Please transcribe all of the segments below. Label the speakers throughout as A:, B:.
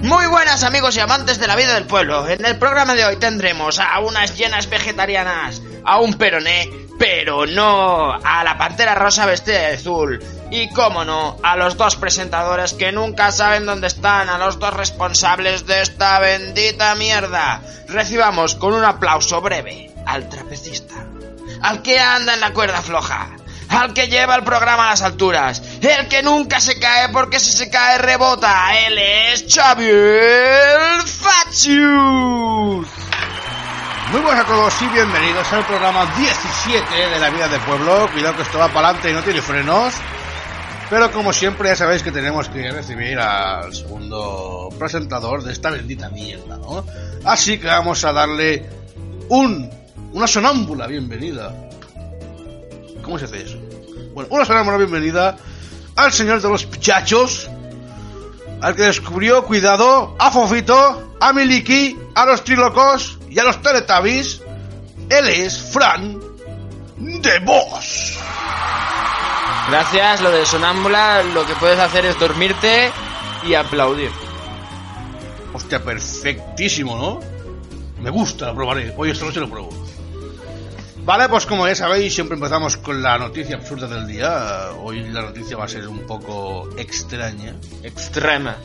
A: Buenas amigos y amantes de la vida del pueblo. En el programa de hoy tendremos a unas llenas vegetarianas, a un peroné, pero no a la pantera rosa vestida de azul. Y cómo no, a los dos presentadores que nunca saben dónde están, a los dos responsables de esta bendita mierda. Recibamos con un aplauso breve al trapecista, al que anda en la cuerda floja, al que lleva el programa a las alturas, el que nunca se cae porque si se cae rebota, él es Xavier Facius.
B: Muy buenas a todos y bienvenidos al programa 17 de la vida del pueblo. Cuidado que esto va para adelante y no tiene frenos. Pero como siempre ya sabéis que tenemos que recibir al segundo presentador de esta bendita mierda, ¿no? Así que vamos a darle un una sonámbula bienvenida. ¿Cómo se hace eso? Bueno, una sonámbula bienvenida al señor de los pichachos, al que descubrió, cuidado, a Fofito, a Miliki, a los Trilocos y a los Teletubbies. Él es Fran de Vos.
A: Gracias, lo de sonámbula, lo que puedes hacer es dormirte y aplaudir.
B: Hostia, perfectísimo, ¿no? Me gusta, lo probaré. Hoy esta noche lo pruebo. Vale, pues como ya sabéis, siempre empezamos con la noticia absurda del día. Hoy la noticia va a ser un poco extraña.
A: Extrema.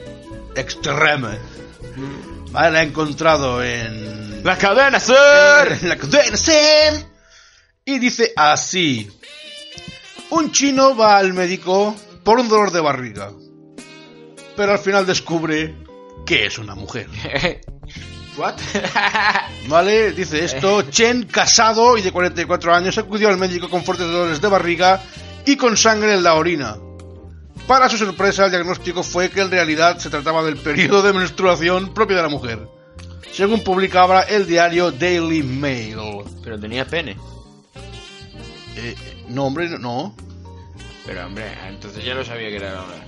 B: Extrema. Vale, la he encontrado en...
A: La cadena ser.
B: en la cadena SEM. Y dice así. Un chino va al médico por un dolor de barriga. Pero al final descubre que es una mujer.
A: What?
B: Vale, dice esto. Chen, casado y de 44 años, acudió al médico con fuertes dolores de barriga y con sangre en la orina. Para su sorpresa, el diagnóstico fue que en realidad se trataba del periodo de menstruación propio de la mujer, según publicaba el diario Daily Mail.
A: Pero tenía pene.
B: Eh, eh, no, hombre, no.
A: Pero hombre, entonces ya lo sabía que era una.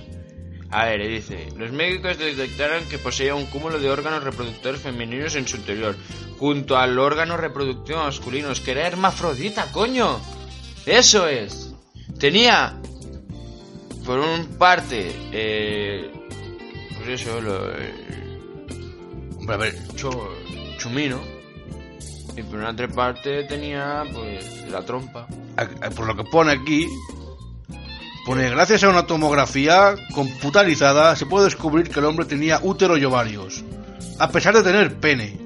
A: A ver, dice, los médicos detectaron que poseía un cúmulo de órganos reproductores femeninos en su interior, junto al órgano reproductor masculino, es que era hermafrodita, coño. Eso es. Tenía, por un parte, eh, pues eso, lo, el
B: Hombre, a ver,
A: cho- chumino, y por una otra parte tenía, pues, la trompa.
B: a- a- por lo que pone aquí, pone gracias a una tomografía computarizada se puede descubrir que el hombre tenía útero y ovarios, a pesar de tener pene.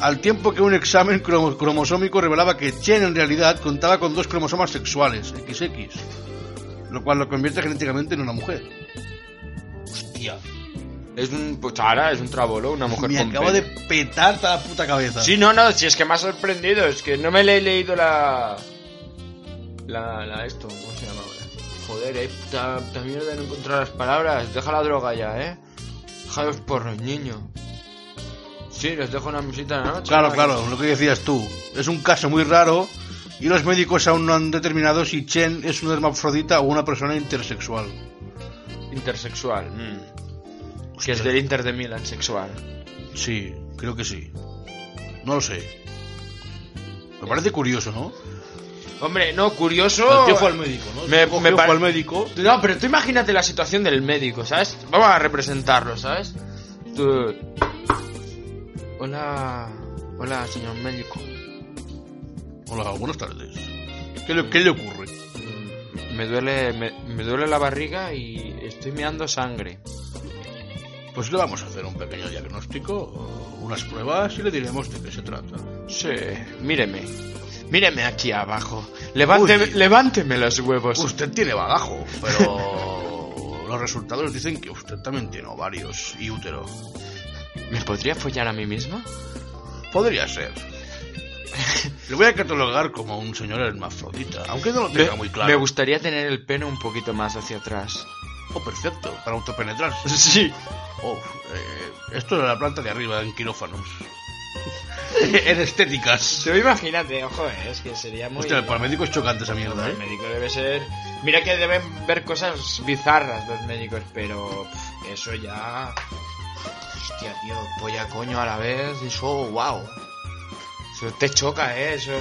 B: Al tiempo que un examen cromo- cromosómico revelaba que Chen en realidad contaba con dos cromosomas sexuales, XX, lo cual lo convierte genéticamente en una mujer. Hostia,
A: Es un, pues ahora es un trabolo, una mujer
B: me
A: con
B: acabo
A: pene.
B: de petar toda la puta cabeza.
A: Sí, no, no, si es que me ha sorprendido, es que no me le he leído la. La, la esto, ¿cómo se llama ahora? Joder, eh, puta, puta mierda no encontrar las palabras, deja la droga ya, eh. Deja los porros, niño. Sí, les dejo una mesita en la noche.
B: Claro,
A: ¿no?
B: claro, lo que decías tú. Es un caso muy raro y los médicos aún no han determinado si Chen es una hermafrodita o una persona intersexual.
A: Intersexual, mm. Que es del Inter de Milan sexual.
B: Sí, creo que sí. No lo sé. Me parece curioso, ¿no?
A: Hombre, no,
B: El
A: curioso.
B: tío fue al médico, ¿no?
A: Me-
B: El tío
A: me
B: fue
A: pare-
B: al médico.
A: No, pero tú imagínate la situación del médico, ¿sabes? Vamos a representarlo, ¿sabes? Tú- Hola. Hola, señor médico.
B: Hola, buenas tardes. ¿Qué le, qué le ocurre?
A: Mm, Me duele, me, me duele la barriga y estoy mirando sangre.
B: Pues le vamos a hacer un pequeño diagnóstico, unas pruebas y le diremos de qué se trata.
A: Sí, míreme. Míreme aquí abajo. Levánteme,
B: Uy.
A: levánteme los huevos.
B: Usted tiene bagajo, pero los resultados dicen que usted también tiene ovarios y útero.
A: ¿Me podría follar a mí mismo?
B: Podría ser. Lo voy a catalogar como un señor hermafrodita, aunque no lo tenga
A: Me-
B: muy claro.
A: Me gustaría tener el pene un poquito más hacia atrás.
B: Oh, perfecto, para autopenetrarse.
A: Sí.
B: Oh, eh, esto era la planta de arriba, en quirófanos. en estéticas.
A: Pero imagínate, ojo, eh, es que sería muy...
B: Hostia, para médicos es chocante esa mierda,
A: El
B: ¿eh?
A: médico debe ser. Mira que deben ver cosas bizarras los médicos, pero pff, eso ya. Hostia, tío, polla coño a la vez, eso, wow. Eso te choca, eh, eso.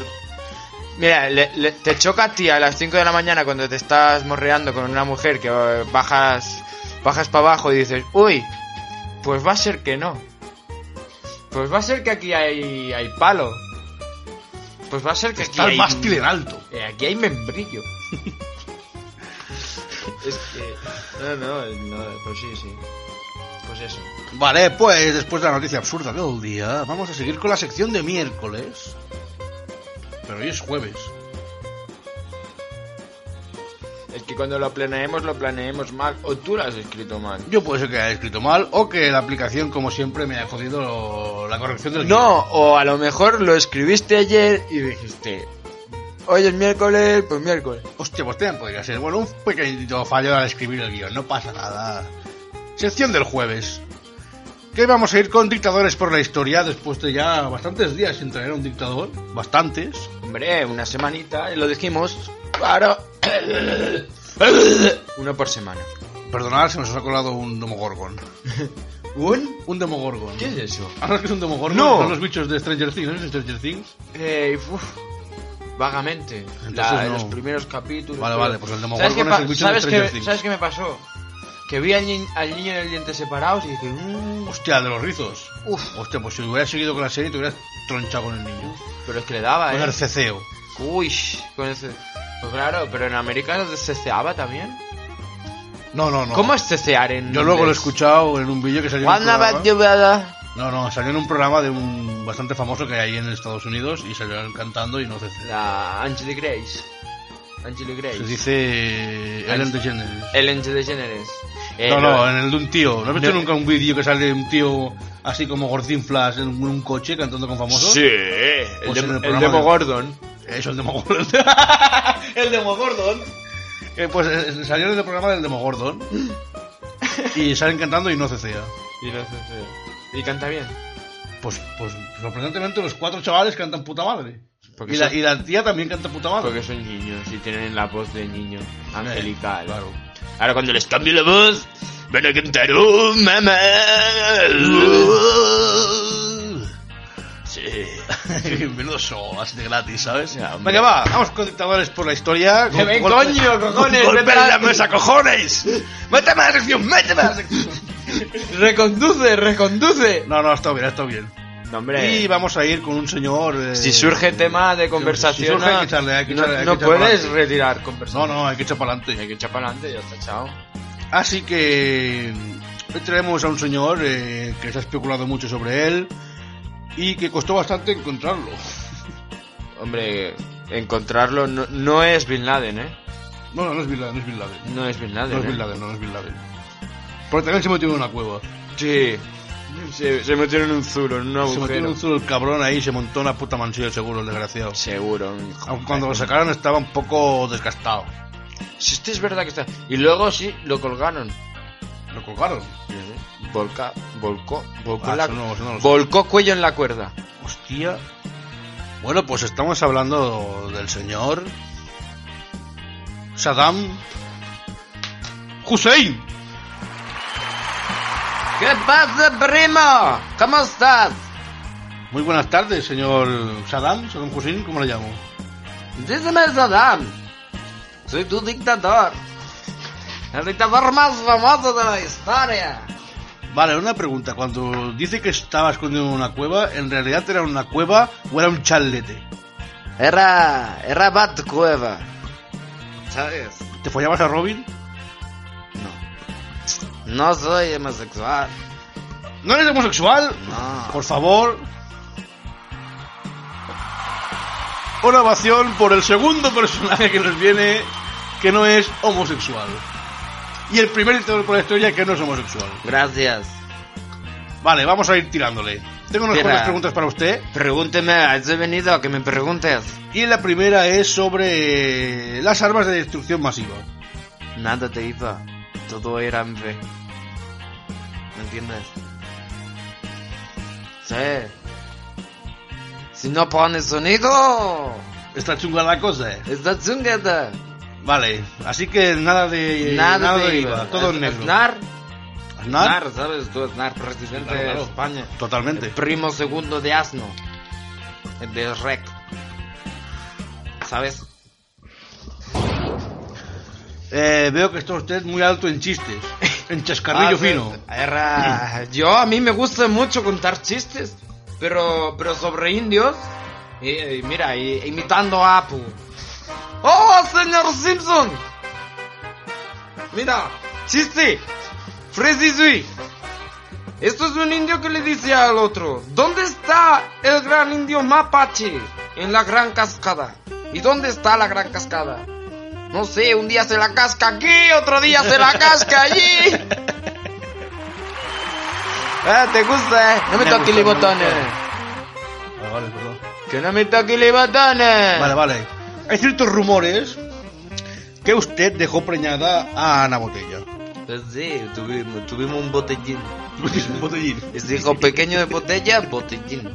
A: Mira, le- le- te choca a ti a las 5 de la mañana cuando te estás morreando con una mujer que eh, bajas bajas para abajo y dices, uy, pues va a ser que no. Pues va a ser que aquí hay, hay palo. Pues va a ser que aquí
B: Está el
A: hay.
B: mástil en alto.
A: Eh, aquí hay membrillo. es que. No, no, no, pues sí, sí. Pues eso.
B: Vale, pues después de la noticia absurda del día, vamos a seguir con la sección de miércoles. Pero hoy es jueves.
A: Es que cuando lo planeemos, lo planeemos mal. O tú lo has escrito mal.
B: Yo puede ser que haya escrito mal o que la aplicación, como siempre, me haya jodido lo- la corrección del guión.
A: No, o a lo mejor lo escribiste ayer y dijiste. Hoy es miércoles, pues miércoles.
B: Hostia, pues también podría ser. Bueno, un pequeñito fallo al escribir el guión, no pasa nada. Sección del jueves. Que hoy vamos a ir con dictadores por la historia después de ya bastantes días sin tener un dictador. Bastantes.
A: Hombre, una semanita, lo dijimos. Claro. Uno por semana.
B: Perdonad, se nos ha colado un demogorgon.
A: ¿Un?
B: Un demogorgon.
A: ¿Qué es eso?
B: ¿Ahora que es un demogorgon?
A: No.
B: Son los bichos de Stranger Things, ¿no? Stranger Things.
A: Eh, uf, vagamente. La-
B: no.
A: Los primeros capítulos.
B: Vale,
A: pero-
B: vale, porque el
A: ¿Sabes qué,
B: demogorgon es
A: pa-
B: el bicho de
A: sabes
B: Stranger
A: qué-
B: Things.
A: ¿Sabes qué me pasó? Que vi al, ni- al niño en el diente separados y dije, "Mm".
B: Hostia, de los rizos.
A: Uf.
B: Hostia, pues si hubieras seguido con la serie te hubieras tronchado con el niño.
A: pero es que le daba,
B: Con
A: eh.
B: el ceceo.
A: Uy, con ese. Pues claro, pero en América se ceceaba también.
B: No, no, no.
A: ¿Cómo es cecear en.?
B: Yo luego lo he
A: inglés?
B: escuchado en un vídeo que salió en un
A: One
B: programa.
A: about the weather.
B: No, no, salió en un programa de un bastante famoso que hay ahí en Estados Unidos y salieron cantando y no sé.
A: La Angela Grace. Angela Grace.
B: Se dice Ellen DeGeneres.
A: Ellen DeGeneres. Eh,
B: No,
A: lo-
B: no, en el de un tío. ¿No has visto
A: No.
B: nunca un vídeo que sale un tío así como Gordinflas en un coche cantando con famosos?
A: Sí, el,
B: Pues
A: de-
B: en el
A: el
B: programa
A: Demo
B: de-
A: Gordon.
B: Eso, el Demogorgon. el Demogorgon. Eh, pues eh, salió en el programa del Demogorgon. y salen cantando y no cecea.
A: Y, lo cecea. y canta bien.
B: Pues, pues sorprendentemente los cuatro chavales cantan puta madre.
A: Porque
B: Y la,
A: son-
B: y la tía también canta puta madre.
A: Porque son niños y tienen la voz de niño angelical.
B: Eh, claro.
A: Ahora cuando les cambio la voz, van a cantar ¡Oh, mamá! Sí.
B: Menudo show, así de gratis, ¿sabes?
A: Ya, hombre.
B: Venga, va, vamos con dictadores por la historia.
A: Que ven, coño, cojones,
B: Golpe
A: vete
B: en la
A: a-
B: mesa, cojones. Méteme a la sección, méteme a la sección.
A: ¡Reconduce, reconduce!
B: No, no, ha estado bien, ha estado bien.
A: No, hombre.
B: Y vamos a ir con un señor. eh,
A: si surge tema de
B: si
A: conversación,
B: surge, hay que echarle, hay que
A: no,
B: echarle, hay
A: no
B: que echar
A: puedes
B: pa'lante.
A: retirar
B: No,
A: conversación.
B: no, hay que echar para adelante.
A: Hay que echar para adelante, ya está, chao.
B: Así que mm, hoy traemos a un señor eh, que se ha especulado mucho sobre él y que costó bastante encontrarlo.
A: Hombre, encontrarlo no, no es Bin Laden, ¿eh?
B: No, no, no es Bin Laden, no es Bin Laden.
A: No es Bin Laden.
B: No es
A: ¿eh?
B: Bin Laden, no, no es Bin Laden. Porque también se metió en una cueva.
A: Sí. Se, se metieron en un zulo, en un
B: Se metió en
A: agujero.
B: un zulo el cabrón ahí, se montó una puta mansión seguro, el desgraciado.
A: Seguro. un hijo
B: Aun
A: de-
B: cuando lo sacaron estaba un poco desgastado.
A: Si este es verdad que está. Y luego sí, lo colgaron.
B: Lo colgaron.
A: Volca, volcó, volcó,
B: Ah,
A: la-
B: eso no- eso no lo sé.
A: volcó cuello en la cuerda.
B: Hostia. Bueno, pues estamos hablando del señor Saddam Hussein.
A: ¿Qué pasa, primo? ¿Cómo estás?
B: Muy buenas tardes, señor Saddam, Saddam Hussein, ¿cómo le llamo?
A: Díseme, Saddam. Soy tu dictador. El dictador más famoso de la historia.
B: Vale, una pregunta. Cuando dice que estaba escondido en una cueva, ¿en realidad era una cueva o era un chalete?
A: Era. Era Batcueva. ¿Sabes?
B: ¿Te follabas a Robin?
A: No soy homosexual.
B: ¿No eres homosexual?
A: No.
B: Por favor. Una ovación por el segundo personaje que nos viene que no es homosexual. Y el primer dictador por la historia que no es homosexual.
A: Gracias.
B: Vale, vamos a ir tirándole. Tengo unas
A: Tira.
B: cuantas preguntas para usted.
A: Pregúnteme, has venido a que me preguntes.
B: Y la primera es sobre las armas de destrucción masiva.
A: Nada te iba. Todo era en fe. ¿Me entiendes? Sí. Si no pones sonido,
B: Está chunga la cosa, eh.
A: está chungada.
B: Vale, así que nada de
A: Nada, te
B: de
A: iba.
B: IVA, todo en
A: Es-
B: negro.
A: Aznar,
B: Aznar,
A: Aznar, ¿sabes? Tú, Aznar, presidente
B: Claro, claro.
A: de España.
B: Totalmente.
A: El primo segundo de Asno. El de Rec. ¿Sabes?
B: Eh, veo que está usted muy alto en chistes, en chascarrillo
A: Ah,
B: fino.
A: pues, Era... Yo, a mí me gusta mucho contar chistes. pero, pero sobre indios. Y, y mira, y- imitando a Apu. ¡Oh, señor Simpson! Mira, chiste. Freddy Zui. Esto es un indio que le dice al otro, ¿dónde está el gran indio mapache? En la gran cascada. ¿Y dónde está la gran cascada? No sé, un día se la casca aquí, otro día se la casca allí. Ah, ¿Te gusta, eh? No me,
B: Me
A: toques los
B: gustó, me
A: botones.
B: Ah, vale, perdón.
A: Que no me toques los botones.
B: Vale, vale. Hay ciertos rumores que usted dejó preñada a Ana Botella.
A: Pues sí, tuvimos, tuvimos un botellín.
B: Botellín.
A: Este hijo pequeño de botella, botellín.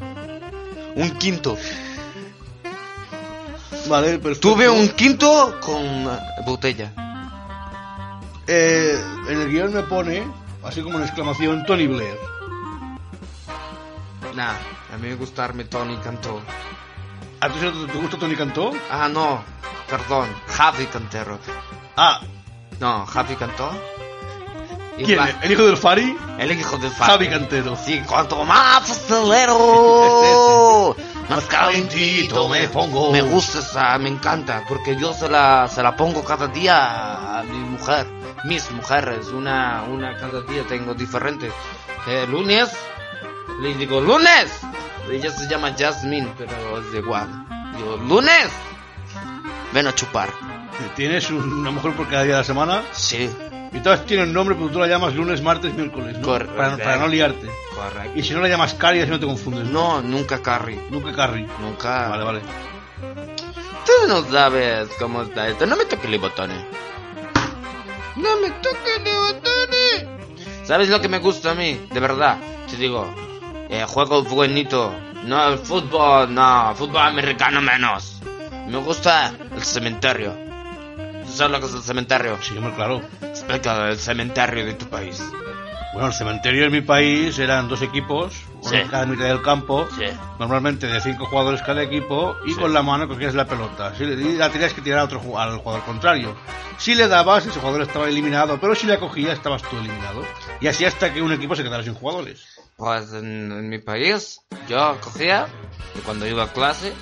A: Un quinto.
B: Vale, perfecto.
A: Tuve un quinto con ah, botella.
B: Eh, en el guión me pone, así como una exclamación, Tony Blair.
A: Nah, a mí me gusta darme Tony Cantó.
B: ¿A ti te te gusta Tony Cantó?
A: Ah, no, perdón, Javi Cantero.
B: Ah,
A: No, Javi Cantó. Y
B: ¿quién?
A: va-
B: ¿El hijo del Fari?
A: El hijo de Fa-
B: Javi Cantero.
A: Sí, cuanto más acelero, más calentito me pongo. Me gusta esa, me encanta, porque yo se la, se la pongo cada día a mi mujer, mis mujeres, una, una cada día tengo diferente. Eh, lunes, le digo lunes, ella se llama Jasmine, pero es igual. Digo lunes, ven a chupar.
B: Tienes una mujer por cada día de la semana.
A: Sí,
B: Y todas tienen nombre, pero tú la llamas lunes, martes, miércoles, ¿no?
A: Correcto.
B: Para, para no liarte.
A: correcto.
B: Y si no la llamas Cari, así no te confundes.
A: No, nunca Carrie,
B: Nunca Carrie.
A: nunca.
B: Vale, vale.
A: Tú no sabes cómo está esto. No me toques los botones. No me toques los botones. ¿Sabes lo que me gusta a mí? De verdad. Te digo, eh, juego buenito. No el fútbol, no. Fútbol americano menos. Me gusta el cementerio. ¿Tú sabes lo que es el cementerio?
B: Sí, hombre, claro.
A: Explica el cementerio de tu país.
B: Bueno, el cementerio en mi país eran dos equipos, uno
A: Sí.
B: en cada mitad del campo,
A: Sí.
B: normalmente de cinco jugadores cada equipo, y
A: Sí.
B: con la mano cogías la pelota. Si le- y la tenías que tirar a otro, ju- al jugador contrario. Si le dabas, ese jugador estaba eliminado, pero si la cogías, estabas tú eliminado. Y así hasta que un equipo se quedara sin jugadores.
A: Pues en, en mi país, yo cogía, y cuando iba a clase,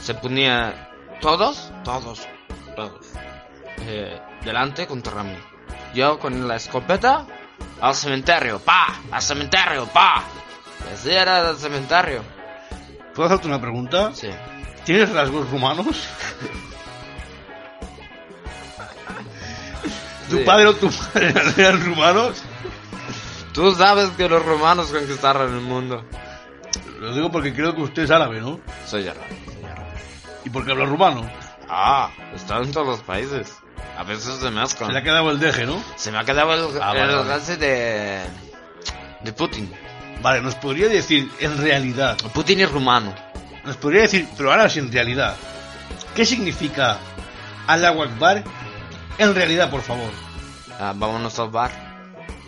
A: se ponía todos, todos, todos, eh, delante contra mí. Yo con la escopeta, al cementerio, pa, al cementerio, pa. Y Así era el cementerio.
B: ¿Puedo hacerte una pregunta?
A: Sí.
B: ¿Tienes rasgos rumanos? ¿Tu
A: Sí.
B: padre o tu madre eran rumanos?
A: Tú sabes que los romanos conquistaron el mundo.
B: Lo digo porque creo que usted es árabe, ¿no?
A: Soy árabe, soy árabe.
B: ¿Y porque habla rumano?
A: Ah, está en todos los países. A veces se
B: Se le ha
A: mezclan.
B: quedado el deje, ¿no?
A: Se me ha quedado el,
B: Ah,
A: el
B: vale, vale.
A: alcance de, de Putin.
B: Vale, nos podría decir en realidad,
A: Putin es rumano.
B: nos podría decir, pero ahora sí en realidad, ¿qué significa Allahu Akbar en realidad, por favor?
A: Ah, vámonos al bar.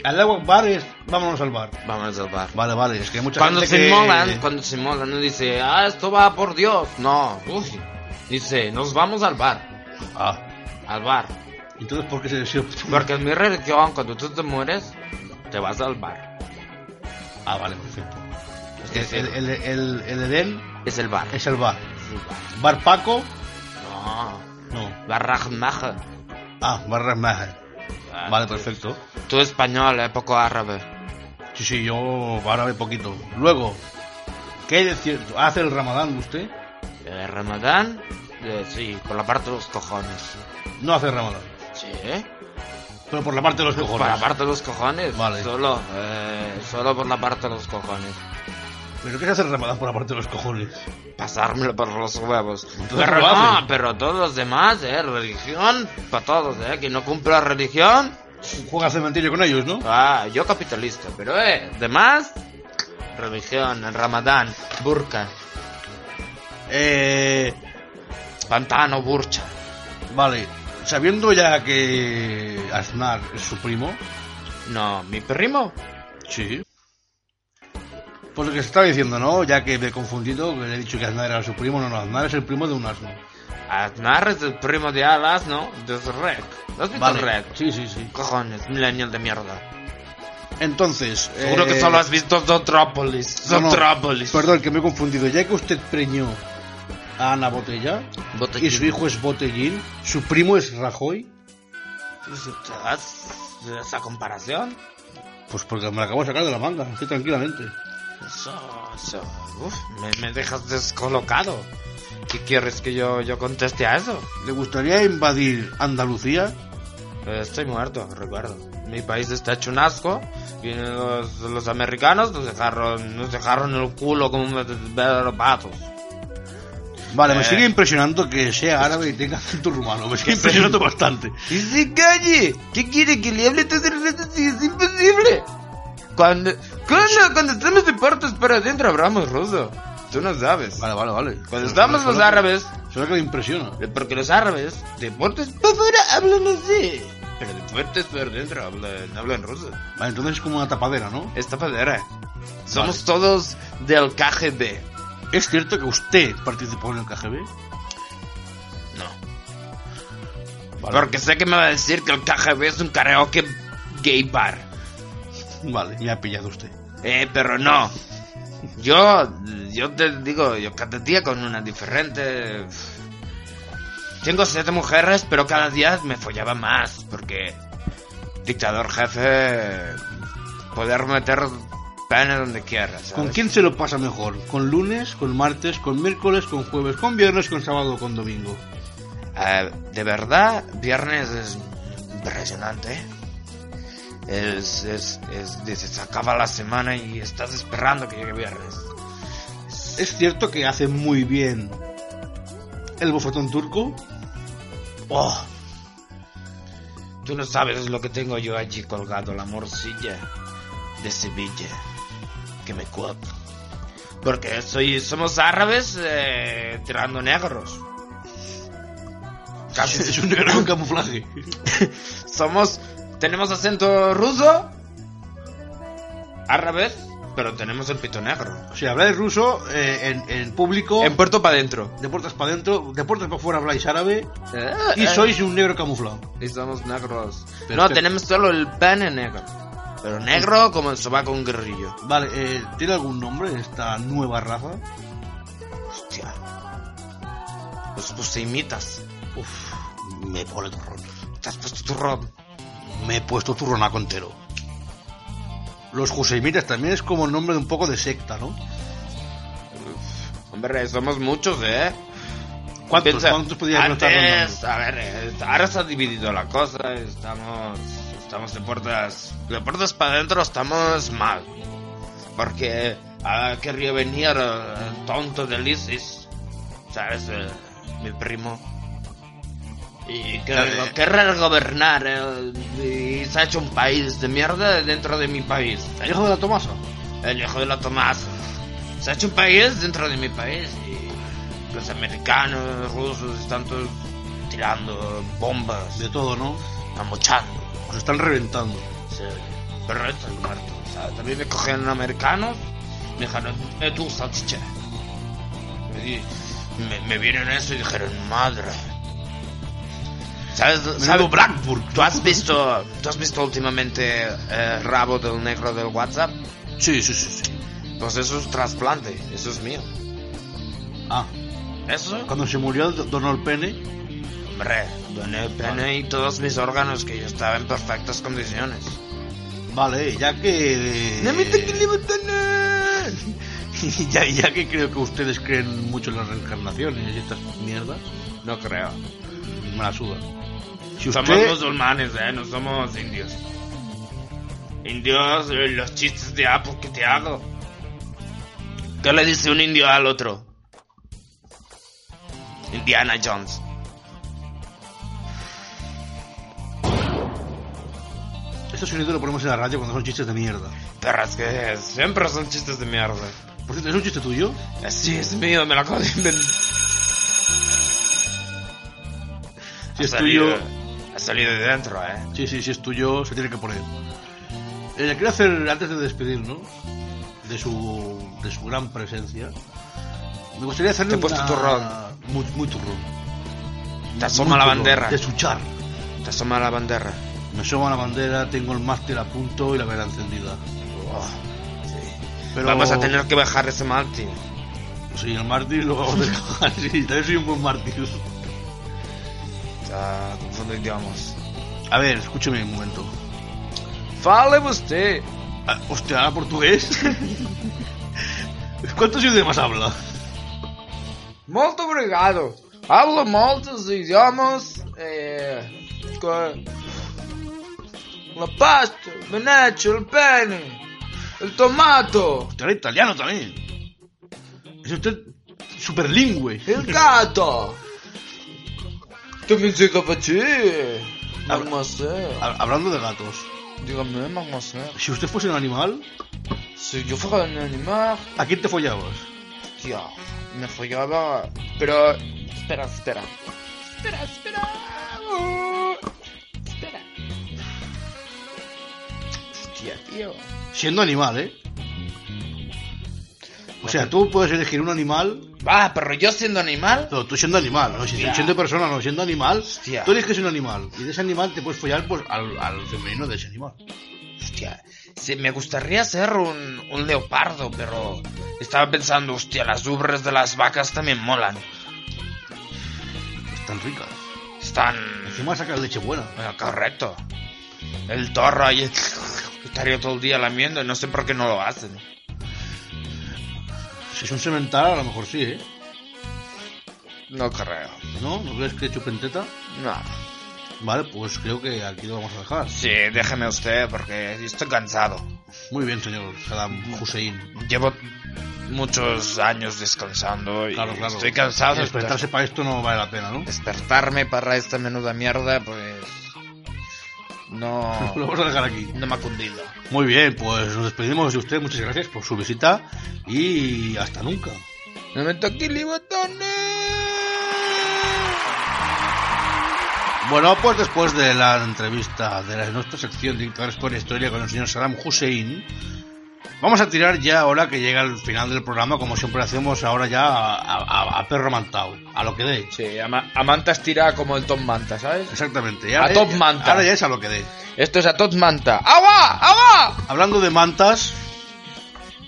B: Allahu Akbar es vámonos al bar.
A: Vámonos al bar.
B: Vale, vale, es que hay mucha
A: Cuando
B: gente
A: se
B: que...
A: molan, cuando se molan, no dice, ah, esto va por Dios. No, uy. Dice, nos vamos al bar.
B: Ah,
A: Al bar.
B: entonces ¿por qué se desea?
A: Porque en mi religión, cuando tú te mueres, te vas al bar.
B: Ah, vale, perfecto.
A: Es,
B: El,
A: decir,
B: el, el, el, el Edén
A: es el bar.
B: es el bar.
A: Es el bar.
B: ¿Bar Paco?
A: No.
B: No.
A: Barrajmaja.
B: Ah, Bar Rasmaja.
A: Ah,
B: Vale,
A: tú-
B: perfecto.
A: Tú español, eh, poco árabe.
B: Sí, sí, yo árabe poquito. Luego, ¿qué hay de cierto? ¿Hace el ramadán usted?
A: Eh, Ramadán, eh, sí, por la parte de los cojones.
B: No hace ramadán.
A: Sí, ¿eh?
B: Pero por la parte de los cojones.
A: Por la parte de los cojones.
B: Vale.
A: Solo, eh, solo por la parte de los cojones.
B: ¿Pero qué se hace el ramadán por la parte de los cojones?
A: Pasármelo por los huevos.
B: Entonces
A: Pero
B: lo
A: no,
B: haces.
A: pero todos los demás, eh, religión, para todos, eh, que no cumpla religión.
B: Juega al cementerio con ellos, ¿no?
A: Ah, yo capitalista, pero eh, demás, religión, el ramadán, burka,
B: Eh,
A: pantano, burcha.
B: vale, sabiendo ya que Aznar es su primo,
A: No, mi primo.
B: sí. Pues lo que se estaba diciendo, ¿no? Ya que me he confundido, que le he dicho que Aznar era su primo, no, no, Aznar es el primo de un asno.
A: Aznar es el primo de Alas, ¿no? De Rec. ¿No has visto Rec?
B: Sí, sí, sí.
A: Cojones, millennial de mierda.
B: Entonces.
A: Seguro que
B: eh,
A: solo has visto Zotrópolis.
B: no, no,
A: Zotrópolis.
B: Perdón, que me he confundido. Ya que usted preñó a Ana Botella y su hijo es Botellín, su primo es Rajoy,
A: ¿Te das esa comparación?
B: pues porque me la acabo de sacar de la manga, así tranquilamente.
A: Eso, eso. Uf, me, me dejas descolocado. ¿Qué quieres que yo, yo conteste a eso?
B: ¿Le gustaría invadir Andalucía?
A: Eh, Estoy muerto, recuerdo. Mi país está hecho un asco. Y los, los americanos nos dejaron, nos dejaron el culo como un verdadero patos.
B: Vale, me
A: Eh.
B: sigue impresionando que sea árabe y tenga acento rumano. Me sigue impresionando bastante.
A: ¡Que se calle! ¿Qué quiere que le hable todo el rato si es imposible? Cuando, cuando, cuando estamos de puertas para adentro hablamos ruso. Tú no sabes.
B: Vale, vale, vale.
A: Cuando estamos los árabes,
B: Será que me impresiona.
A: porque los árabes, de puertas para afuera hablan así. Pero de puertas para adentro hablan, hablan ruso.
B: Vale, entonces es como una tapadera, ¿no?
A: Esta padera. Somos todos del KGB.
B: ¿Es cierto que usted participó en el KGB?
A: No. Porque sé que me va a decir que el KGB es un karaoke gay bar.
B: Vale, me ha pillado usted.
A: Eh, pero no. Yo, yo te digo, yo cada día con una diferente. Tengo siete mujeres, pero cada día me follaba más, porque dictador jefe, poder meter pene donde quieras. ¿sabes?
B: ¿Con quién se lo pasa mejor? ¿Con lunes, con martes, con miércoles, con jueves, con viernes, con sábado, con domingo?
A: Eh, de verdad, viernes es impresionante. ¿eh? Es, es, es, dices, se acaba la semana y estás esperando que llegue viernes.
B: ¿Es cierto que hace muy bien el bofetón turco?
A: Oh, tú no sabes lo que tengo yo allí colgado, la morcilla de Sevilla, que me cuelga. Porque soy, somos árabes eh, tirando negros. Casi-
B: Es un negro con camuflaje.
A: somos, tenemos acento ruso, árabes, pero tenemos el pito negro.
B: O sea, habláis ruso eh, en, en público,
A: En puerto para adentro.
B: de puertas para adentro, de puertas para afuera habláis árabe
A: Eh,
B: y sois un negro camuflado.
A: Ah, Y somos negros.
B: Pero
A: no,
B: espera.
A: tenemos solo el pene negro. Pero negro como el sobaco un guerrillo.
B: Vale, eh, ¿tiene algún nombre esta nueva raza?
A: Hostia. Pues, pues te imitas.
B: Uf, me pone turrón.
A: Te has puesto turrón.
B: Me he puesto turronaco entero. Los Joseimitas también es como el nombre de un poco de secta, ¿no?
A: Hombre, somos muchos, ¿eh?
B: ¿Cuántos?
A: Piensa,
B: ¿Cuántos podían estar
A: Antes, a ver, eh, ahora se ha dividido la cosa. Estamos, estamos de puertas, de puertas para adentro estamos mal. Porque ha querido venir eh, el tonto del ISIS, ¿sabes? Eh, mi primo. Y querrá querrá gobernar eh, y se ha hecho un país de mierda dentro de mi país.
B: ¿El hijo de la Tomasa?
A: El hijo de la Tomás. Se ha hecho un país dentro de mi país. Y los americanos, rusos, están todos tirando bombas,
B: De todo, ¿no?
A: amochando.
B: Os están reventando.
A: Sí. Pero esto es muerto. o sea, También me cogieron americanos. Me dijeron, "Eh, tú, salchicha. Me, di- me- me vieron eso y dijeron, madre. ¿Sabes? ¿sabes?
B: Blackburn.
A: ¿Tú has visto, tú has visto últimamente eh, Rabo del Negro del WhatsApp?
B: Sí, sí, sí, sí.
A: Pues eso es trasplante, eso es mío.
B: Ah,
A: Eso,
B: cuando se murió Do- Donald Pene,
A: hombre, doné el pene y todos mis órganos que yo estaba en perfectas condiciones.
B: vale, ya que... ya, ya que creo que ustedes creen mucho en las reencarnaciones y estas mierdas,
A: No creo.
B: me la suda. Si
A: Somos
B: usted...
A: musulmanes, eh, no somos indios. Indios, eh, los chistes de ah, ¿por qué te hago? ¿Qué le dice un indio al otro? Indiana Jones.
B: Este sonido lo ponemos en la radio cuando son chistes de mierda.
A: Pero es que siempre son chistes de mierda.
B: Por cierto, ¿es un chiste tuyo?
A: Así es mío, me lo acabo de inventar.
B: Si es
A: Ha salido-
B: tuyo-
A: Ha salido de dentro, eh.
B: Sí, sí, si es tuyo, se tiene que poner. Eh, le quiero hacer, antes de despedirnos, de su, de su gran presencia, me gustaría hacerle
A: Te he puesto
B: una-
A: turrón.
B: Muy, muy turrón.
A: Te
B: Muy
A: asoma la
B: turrón.
A: bandera.
B: De su char.
A: Te asoma la bandera.
B: Me subo a la bandera, tengo el mástil a punto y la vela encendida. Pero...
A: Vamos a tener que bajar ese mártir.
B: Soy el mártir, lo vamos a dejar. Sí, también soy un buen mártir. Ah,
A: Ya, ¿dónde vamos?
B: A ver, escúchame un momento.
A: Fale usted.
B: Ah, hostia, ¿habla portugués? ¿Cuántos idiomas habla?
A: Muito obrigado. Hablo muchos idiomas. Eh, con... La pasta, el menacho, el pene, el tomato,
B: Usted habla italiano también. Es usted superlingüe.
A: el gato. ¿Qué me dice Pachi?
B: Habla-
A: Mademoiselle.
B: Ha- Hablando de gatos,
A: Dígame, mademoiselle.
B: si usted fuese un animal,
A: Si yo fuera un animal,
B: ¿a quién te follabas?
A: Hostia, me follaba. Pero. Espera, espera. Espera, espera. Uh, Espera. Hostia, tío.
B: Siendo animal, ¿eh? O sea, tú puedes elegir un animal,
A: Va, pero yo siendo animal.
B: pero tú siendo animal, ¿no? Si-
A: Hostia.
B: siendo persona, no, siendo animal,
A: Hostia.
B: tú eliges un animal. Y de ese animal te puedes follar pues, al, al femenino de ese animal.
A: Hostia. Sí, me gustaría ser un, un leopardo, pero. Estaba pensando, hostia, las ubres de las vacas también molan.
B: Están ricas.
A: Están.
B: Encima sacas leche buena.
A: Bueno, correcto. El toro ahí. Estaría todo el día lamiendo y no sé por qué no lo hacen.
B: Si es un semental, a lo mejor sí, ¿eh?
A: No creo.
B: ¿No? ¿No crees que chupen teta?
A: No.
B: Vale, pues creo que aquí lo vamos a dejar.
A: Sí, déjeme usted porque estoy cansado.
B: Muy bien, señor Saddam Hussein.
A: Llevo muchos años descansando y
B: Claro, claro.
A: estoy cansado. de
B: Eh, Despertarse para esto no vale la pena, ¿no?
A: Despertarme para esta menuda mierda, pues... No...
B: Lo vamos a dejar aquí.
A: No me ha cundido.
B: Muy bien, pues nos despedimos de usted. Muchas gracias por su visita y hasta nunca.
A: ¡No me toques los botones!
B: Bueno, pues después de la entrevista de la- nuestra sección de Dictadores por Historia con el señor Saddam Hussein, vamos a tirar ya ahora que llega el final del programa, como siempre hacemos ahora ya a, a- a perro mantao, a lo que dé.
A: Sí, a, Ma- a Manta estirada como el Tom Manta, ¿sabes?
B: Exactamente.
A: A top manta.
B: Ahora ya es a lo que dé.
A: Esto es a Tom Manta. ¡Agua! ¡Agua!
B: Hablando de mantas,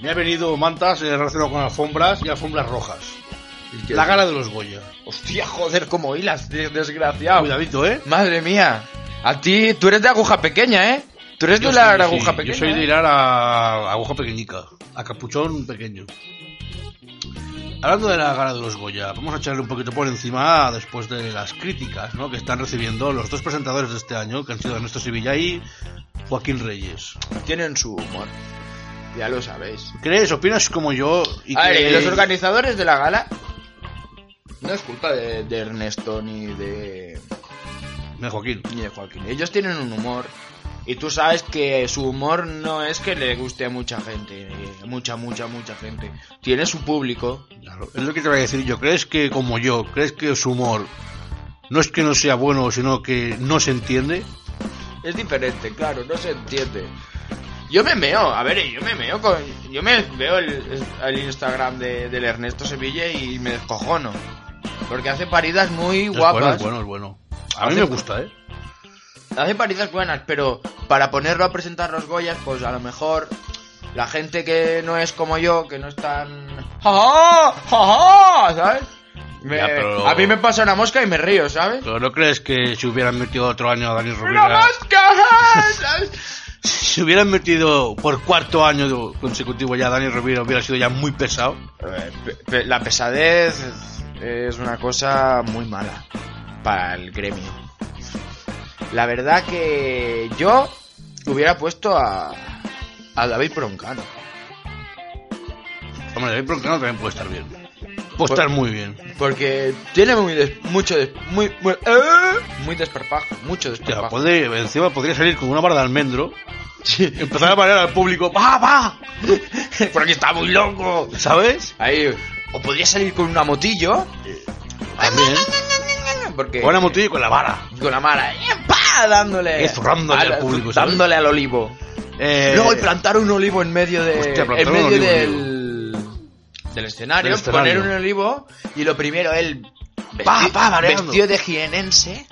B: me ha venido mantas eh, relacionado con alfombras y alfombras rojas. La gala de los Goya.
A: Hostia, joder, como hilas, de- desgraciado.
B: Cuidadito, ¿eh?
A: Madre mía. A ti, tú eres de aguja pequeña, ¿eh? Tú eres de
B: Yo
A: la
B: soy- sí,
A: aguja pequeña.
B: Yo soy de
A: ¿eh?
B: ir a aguja pequeñica, a capuchón pequeño. Hablando de la gala de los Goya, vamos a echarle un poquito por encima después de las críticas ¿no? que están recibiendo los dos presentadores de este año, que han sido Ernesto Sevilla y Joaquín Reyes.
A: Tienen su humor. Ya lo sabéis.
B: ¿Crees, opinas como yo? Y
A: A ver,
B: que-
A: y los organizadores de la gala. No es culpa de, de Ernesto ni de,
B: No, Joaquín.
A: ni de Joaquín. Ellos tienen un humor. Y tú sabes que su humor no es que le guste a mucha gente. eh, Mucha, mucha, mucha gente. Tiene su público.
B: Claro, es lo que te voy a decir yo. ¿Crees que como yo, crees que su humor no es que no sea bueno, sino que no se entiende?
A: Es diferente, claro, no se entiende. Yo me meo, a ver, yo me meo con. Yo me veo el, el Instagram de, del Ernesto Sevilla y me descojono. Porque hace paridas muy
B: Es
A: guapas.
B: Bueno, es bueno, es bueno. A mí me gusta, ¿eh?
A: Hace paridas buenas, pero para ponerlo a presentar los Goyas, pues a lo mejor la gente que no es como yo, que no es tan. ¡Ja, ja, ja! ¿Sabes? Me-
B: Ya, pero-
A: A mí me pasa una mosca y me río, ¿sabes?
B: Pero no crees que si hubieran metido otro año a Dani
A: ¡Una
B: Rovira,
A: mosca! ¿Sabes?
B: si hubieran metido por cuarto año consecutivo ya a Dani Rovira, hubiera sido ya muy pesado.
A: Eh, pe- pe- La pesadez es una cosa muy mala para el gremio. La verdad que yo hubiera puesto a, a David Broncano.
B: Hombre, David Broncano también puede estar bien. Puede estar muy bien.
A: Porque tiene muy des- mucho des- muy, muy, ¡Eh! muy desparpajo, mucho
B: Hostia,
A: desparpajo.
B: puede, encima podría salir con una barra de almendro. Empezar a marear al público. ¡Va, va!
A: Porque está muy loco.
B: ¿Sabes?
A: Ahí, o podría salir con una motillo.
B: También.
A: Porque
B: Con una motillo y con la vara.
A: con la mala, ¡eh! ¡Pa! dándole,
B: Y zurrándole al
A: la-
B: público, ¿sabes?
A: dándole al olivo.
B: Eh,
A: Luego y plantar un olivo en medio de
B: Hostia, plantar
A: en
B: un
A: medio
B: olivo,
A: del, del escenario,
B: Del escenario.
A: poner un olivo y lo primero él vesti-
B: Pa, pa,
A: vestido,
B: mareando.
A: de jienense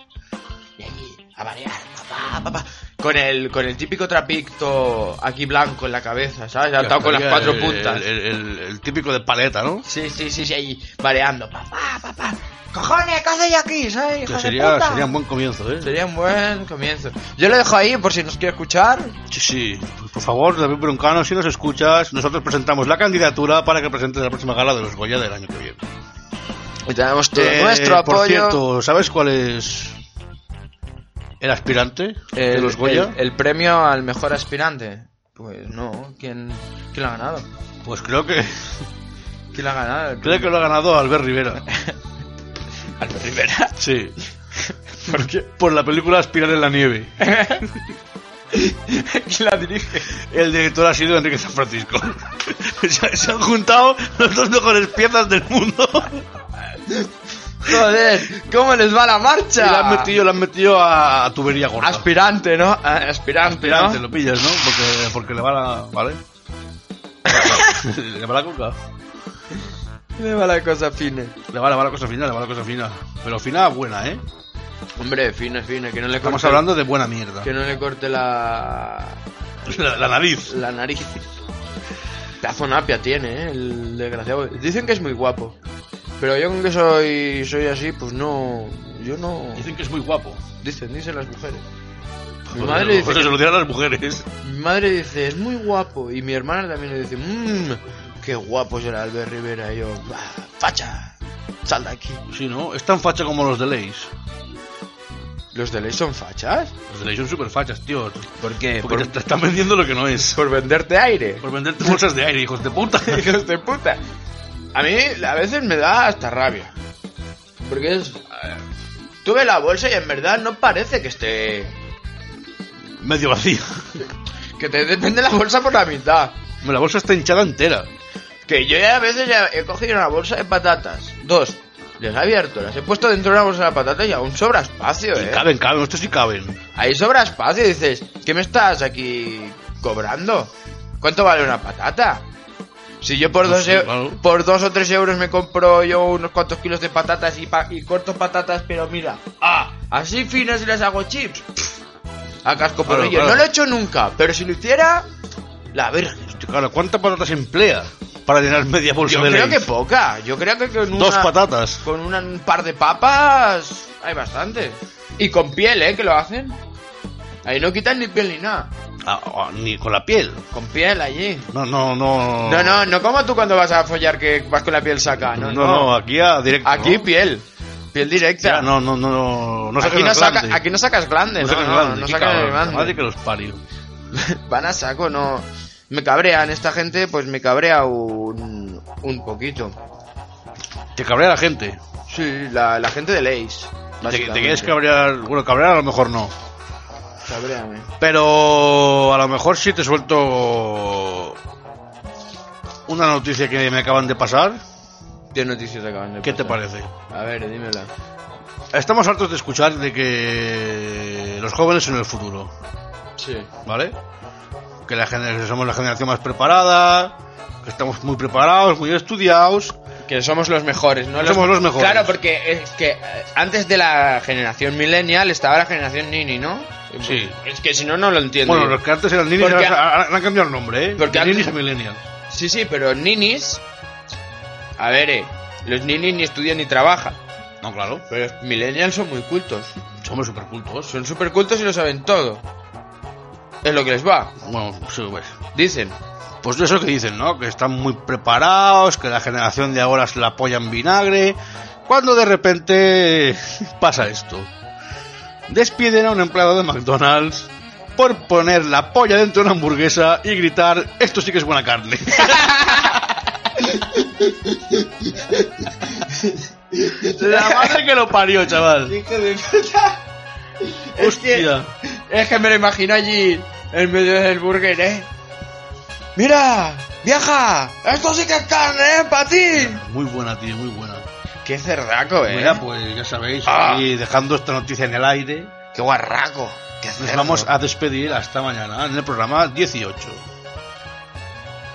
A: y allí a marear, pa, pa, pa, pa. con el, con el típico trapito aquí blanco en la cabeza, ¿sabes? Atado con las
B: Estaría
A: cuatro
B: el-
A: puntas.
B: El, el- el típico de paleta, ¿no?
A: Sí, sí, sí, sí, ahí mareando. Papá, papá. Cojones, ¿qué hacéis aquí? ¿Sabes?
B: Que
A: hijos de
B: sería,
A: puta?
B: sería un buen comienzo, ¿eh?
A: Sería un buen comienzo. Yo lo dejo ahí por si nos quiere escuchar.
B: Sí, sí. Por favor, David Broncano, si nos escuchas, nosotros presentamos la candidatura para que presentes la próxima gala de los Goya del año que viene.
A: Y tenemos todo
B: Eh,
A: nuestro
B: por
A: apoyo.
B: cierto, ¿sabes cuál es el aspirante de
A: el,
B: los Goya?
A: el- el premio al mejor aspirante. Pues no, ¿quién, quién lo ha ganado?
B: Pues creo que
A: ¿Quién lo ha ganado? El
B: creo que lo ha ganado Albert Rivera.
A: premio- Albert Rivera.
B: Sí. ¿Por Por la película Aspirar en la nieve.
A: ¿Quién la dirige?
B: El director ha sido Enrique San Francisco. Se se han juntado las dos mejores piezas del mundo.
A: Joder, ¿cómo les va la
B: Y
A: marcha?
B: la han metido, la han metido a, a tubería gorda.
A: Aspirante, ¿no? Ah, Aspirante,
B: Aspirante,
A: ¿no?
B: lo pillas, ¿no? Porque, porque le va la. ¿Vale? le va la coca.
A: Me va la cosa fine.
B: Le va, le va la cosa fina, le va la cosa fina. Pero fina buena, ¿eh?
A: Hombre, fine, fine, que no le
B: Estamos
A: corte-
B: hablando de buena mierda.
A: Que no le corte la.
B: La, la nariz.
A: la nariz. Pedazo napia tiene, ¿eh? El desgraciado. Dicen que es muy guapo. Pero yo con que soy, soy así, pues no. Yo no.
B: Dicen que es muy guapo.
A: Dicen, dicen las mujeres. Mi
B: Pues
A: madre dice,
B: se lo dirán las mujeres.
A: mi madre dice, es muy guapo. Y mi hermana también le dice, mmm, qué guapo será Albert Rivera. Y yo, "Bah, facha, sal de aquí.
B: Sí, ¿no? Es tan facha como los de Leis.
A: ¿Los de ley son fachas?
B: Los de Leis son súper fachas, tío.
A: ¿Por qué?
B: Porque
A: Por,
B: te, te están vendiendo lo que no es.
A: por venderte aire.
B: Por venderte bolsas de aire, hijos de puta.
A: Hijos de puta. A mí a veces me da hasta rabia. Porque es... eh, Tuve la bolsa y en verdad no parece que esté...
B: Medio vacía.
A: Que te depende la bolsa por la mitad.
B: Hombre, La bolsa está hinchada entera.
A: Que yo ya a veces ya he cogido una bolsa de patatas. Dos. Las he abierto, las he puesto dentro de una bolsa de patatas y aún sobra espacio,
B: Y
A: eh.
B: caben, caben, estos sí caben.
A: Ahí sobra espacio y dices, ¿qué me estás aquí cobrando? ¿Cuánto vale una patata? Si yo por
B: Pues
A: dos,
B: sí,
A: eu-
B: claro.
A: por dos o tres euros me compro yo unos cuantos kilos de patatas y, pa- y corto patatas, pero mira,
B: ¡Ah!
A: así finas y las hago chips. A casco
B: Claro,
A: porrillo.
B: claro.
A: No lo he hecho nunca, pero si lo hiciera, la verga.
B: Hostia, Claro, ¿cuántas patatas emplea para llenar media bolsa
A: Yo
B: de
A: creo que
B: Lay's?
A: poca. Yo creo que con
B: Pues Dos
A: una-
B: patatas.
A: Con una- un par de papas hay bastante. Y con piel, ¿eh? Que lo hacen. Ahí no quitan ni piel ni nada.
B: Ah, ah, ni con la piel.
A: Con piel allí.
B: No, no, no.
A: No, no, no como tú cuando vas a follar que vas con la piel saca. No, no.
B: no, aquí a directo.
A: aquí
B: ¿no?
A: piel. Piel directa.
B: Ya, no, no, no, no. no
A: aquí,
B: sacan
A: no
B: el
A: saca-
B: glande.
A: aquí no sacas glande, no,
B: sacan el
A: no,
B: glande,
A: no
B: qué
A: sacan el
B: cabrón,
A: glande.
B: la Madre que los parió.
A: Van a saco, no. Me cabrean esta gente, pues me cabrea un, un poquito.
B: Te cabrea la gente.
A: Sí, la, la gente de Leis.
B: Te, te
A: básicamente.
B: quieres cabrear. Bueno, cabrear a lo mejor no.
A: Cabréame.
B: Pero a lo mejor sí te suelto una noticia que me acaban de pasar.
A: ¿Qué noticias acaban de
B: ¿Qué te
A: pasar?
B: parece?
A: A ver, dímela.
B: Estamos hartos de escuchar de que los jóvenes son el futuro,
A: Sí.
B: ¿vale? Que la gener- somos la generación más preparada, que estamos muy preparados, muy estudiados.
A: Que somos los mejores, ¿no?
B: Somos los mejores.
A: Claro, porque es que eh, antes de la generación millennial estaba la generación Nini, ¿no?
B: Sí.
A: Es que si no, no lo entiendo.
B: Bueno, los que antes eran ninis
A: Porque-
B: ahora- ahora han cambiado el nombre, ¿eh?
A: Porque
B: De ninis
A: antes-
B: a millennial.
A: Sí, sí, pero Ninis... A ver, eh, los Ninis ni estudian ni trabajan.
B: No, claro.
A: Pero los millennials son muy cultos.
B: Somos supercultos.
A: Son súper cultos y lo saben todo. Es lo que les va,
B: Bueno, sí, pues.
A: dicen.
B: Pues eso que dicen, ¿no? Que están muy preparados, que la generación de ahora se la apoya en vinagre. Cuando de repente pasa esto. Despiden a un empleado de McDonald's por poner la polla dentro de una hamburguesa y gritar, esto sí que es buena carne. la madre que lo parió, chaval. Hostia.
A: Es que me lo imagino allí en medio del burger, ¿eh? ¡Mira! ¡Vieja! ¡Esto sí que es carne, eh, para ti!
B: Muy buena, tío, muy buena.
A: ¡Qué cerdaco, eh!
B: Mira, pues ya sabéis,
A: Ah.
B: y dejando esta noticia en el aire.
A: ¡Qué guarraco! ¡Qué
B: Nos
A: cerdo.
B: vamos a despedir hasta mañana en el programa 18.